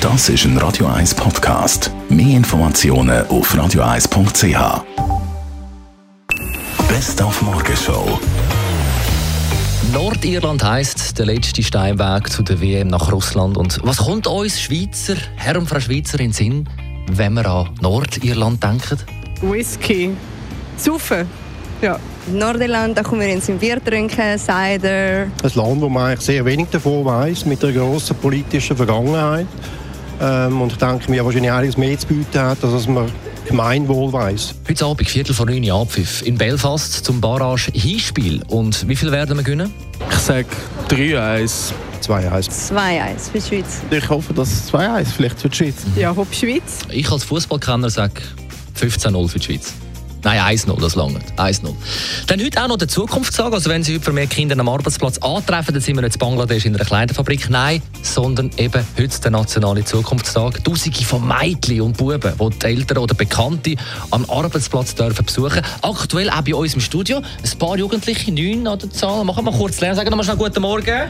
Das ist ein Radio 1 Podcast. Mehr Informationen auf radio1.ch. Best auf Morgenshow. Nordirland heißt der letzte Steinweg zu der WM nach Russland. Und was kommt uns Schweizer, Herr und Frau Schweizer, in den Sinn, wenn wir an Nordirland denken? Whisky. Saufen. Ja. In Nordirland, da kommen wir ins Bier trinken, Cider. ein Land, wo man eigentlich sehr wenig davon weiß, mit einer grossen politischen Vergangenheit. Ähm, und ich denke mir, wahrscheinlich einiges mehr zu bieten hat, als dass man Gemeinwohl weiß. Heute Abend, Viertel vor neun, Abpfiff in Belfast zum Barrage Hinspiel. Und wie viel werden wir gewinnen? Ich sage 3-1. Zwei heißt 2-1 für die Schweiz. Ich hoffe, dass es 2-1 vielleicht für die Schweiz. Ja, hopp Schweiz. Ich als Fußballkenner sage 15-0 für die Schweiz. Nein, 1-0, das lange. 1-0. Dann heute auch noch der Zukunftstag. Also wenn Sie heute vermehrt Kinder am Arbeitsplatz antreffen, dann sind wir nicht in Bangladesch in einer Kleiderfabrik. Nein, sondern eben heute der nationale Zukunftstag. Tausende von Mädchen und Buben, die die Eltern oder Bekannte am Arbeitsplatz dürfen besuchen Aktuell auch bei uns im Studio. Ein paar Jugendliche, neun an der Zahl. Machen wir mal kurz Lärm. Sagen wir mal schnell Guten Morgen.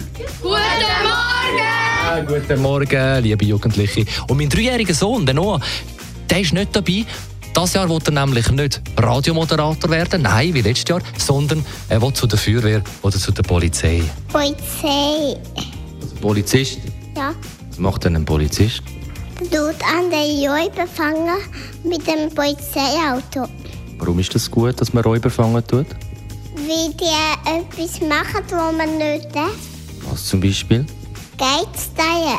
Ah, Guten Morgen, liebe Jugendliche. Und mein dreijähriger Sohn, der Noah, der ist nicht dabei. Das Jahr will er nämlich nicht Radiomoderator werden, nein, wie letztes Jahr, sondern er will zu der Feuerwehr oder zu der Polizei. Polizei. Also Polizist? Ja, Was macht denn ein Polizist? dort an der Joi befangen mit dem Polizeiauto. Warum ist das gut, dass man Räuber fangen tut? Wie die etwas machen, wo man nicht darf, Was zum Beispiel? geht's da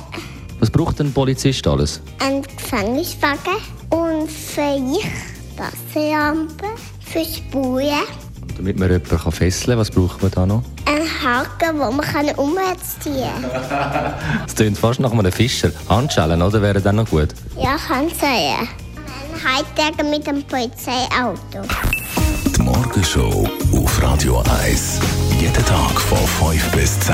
Was braucht ein Polizist alles? Ein Gefängniswagen und für ich Wasserlampe, für Spuren, Und damit man jemanden fesseln kann, was braucht man da noch? ein Haken, wo man kann umziehen kann. Das klingt fast nach einem Fischer. Handschellen, oder? Wäre dann noch gut. Ja, kann sein. Ein Heidtag mit dem Polizeiauto. Die Morgenshow auf Radio 1. Jeden Tag von 5 bis 10.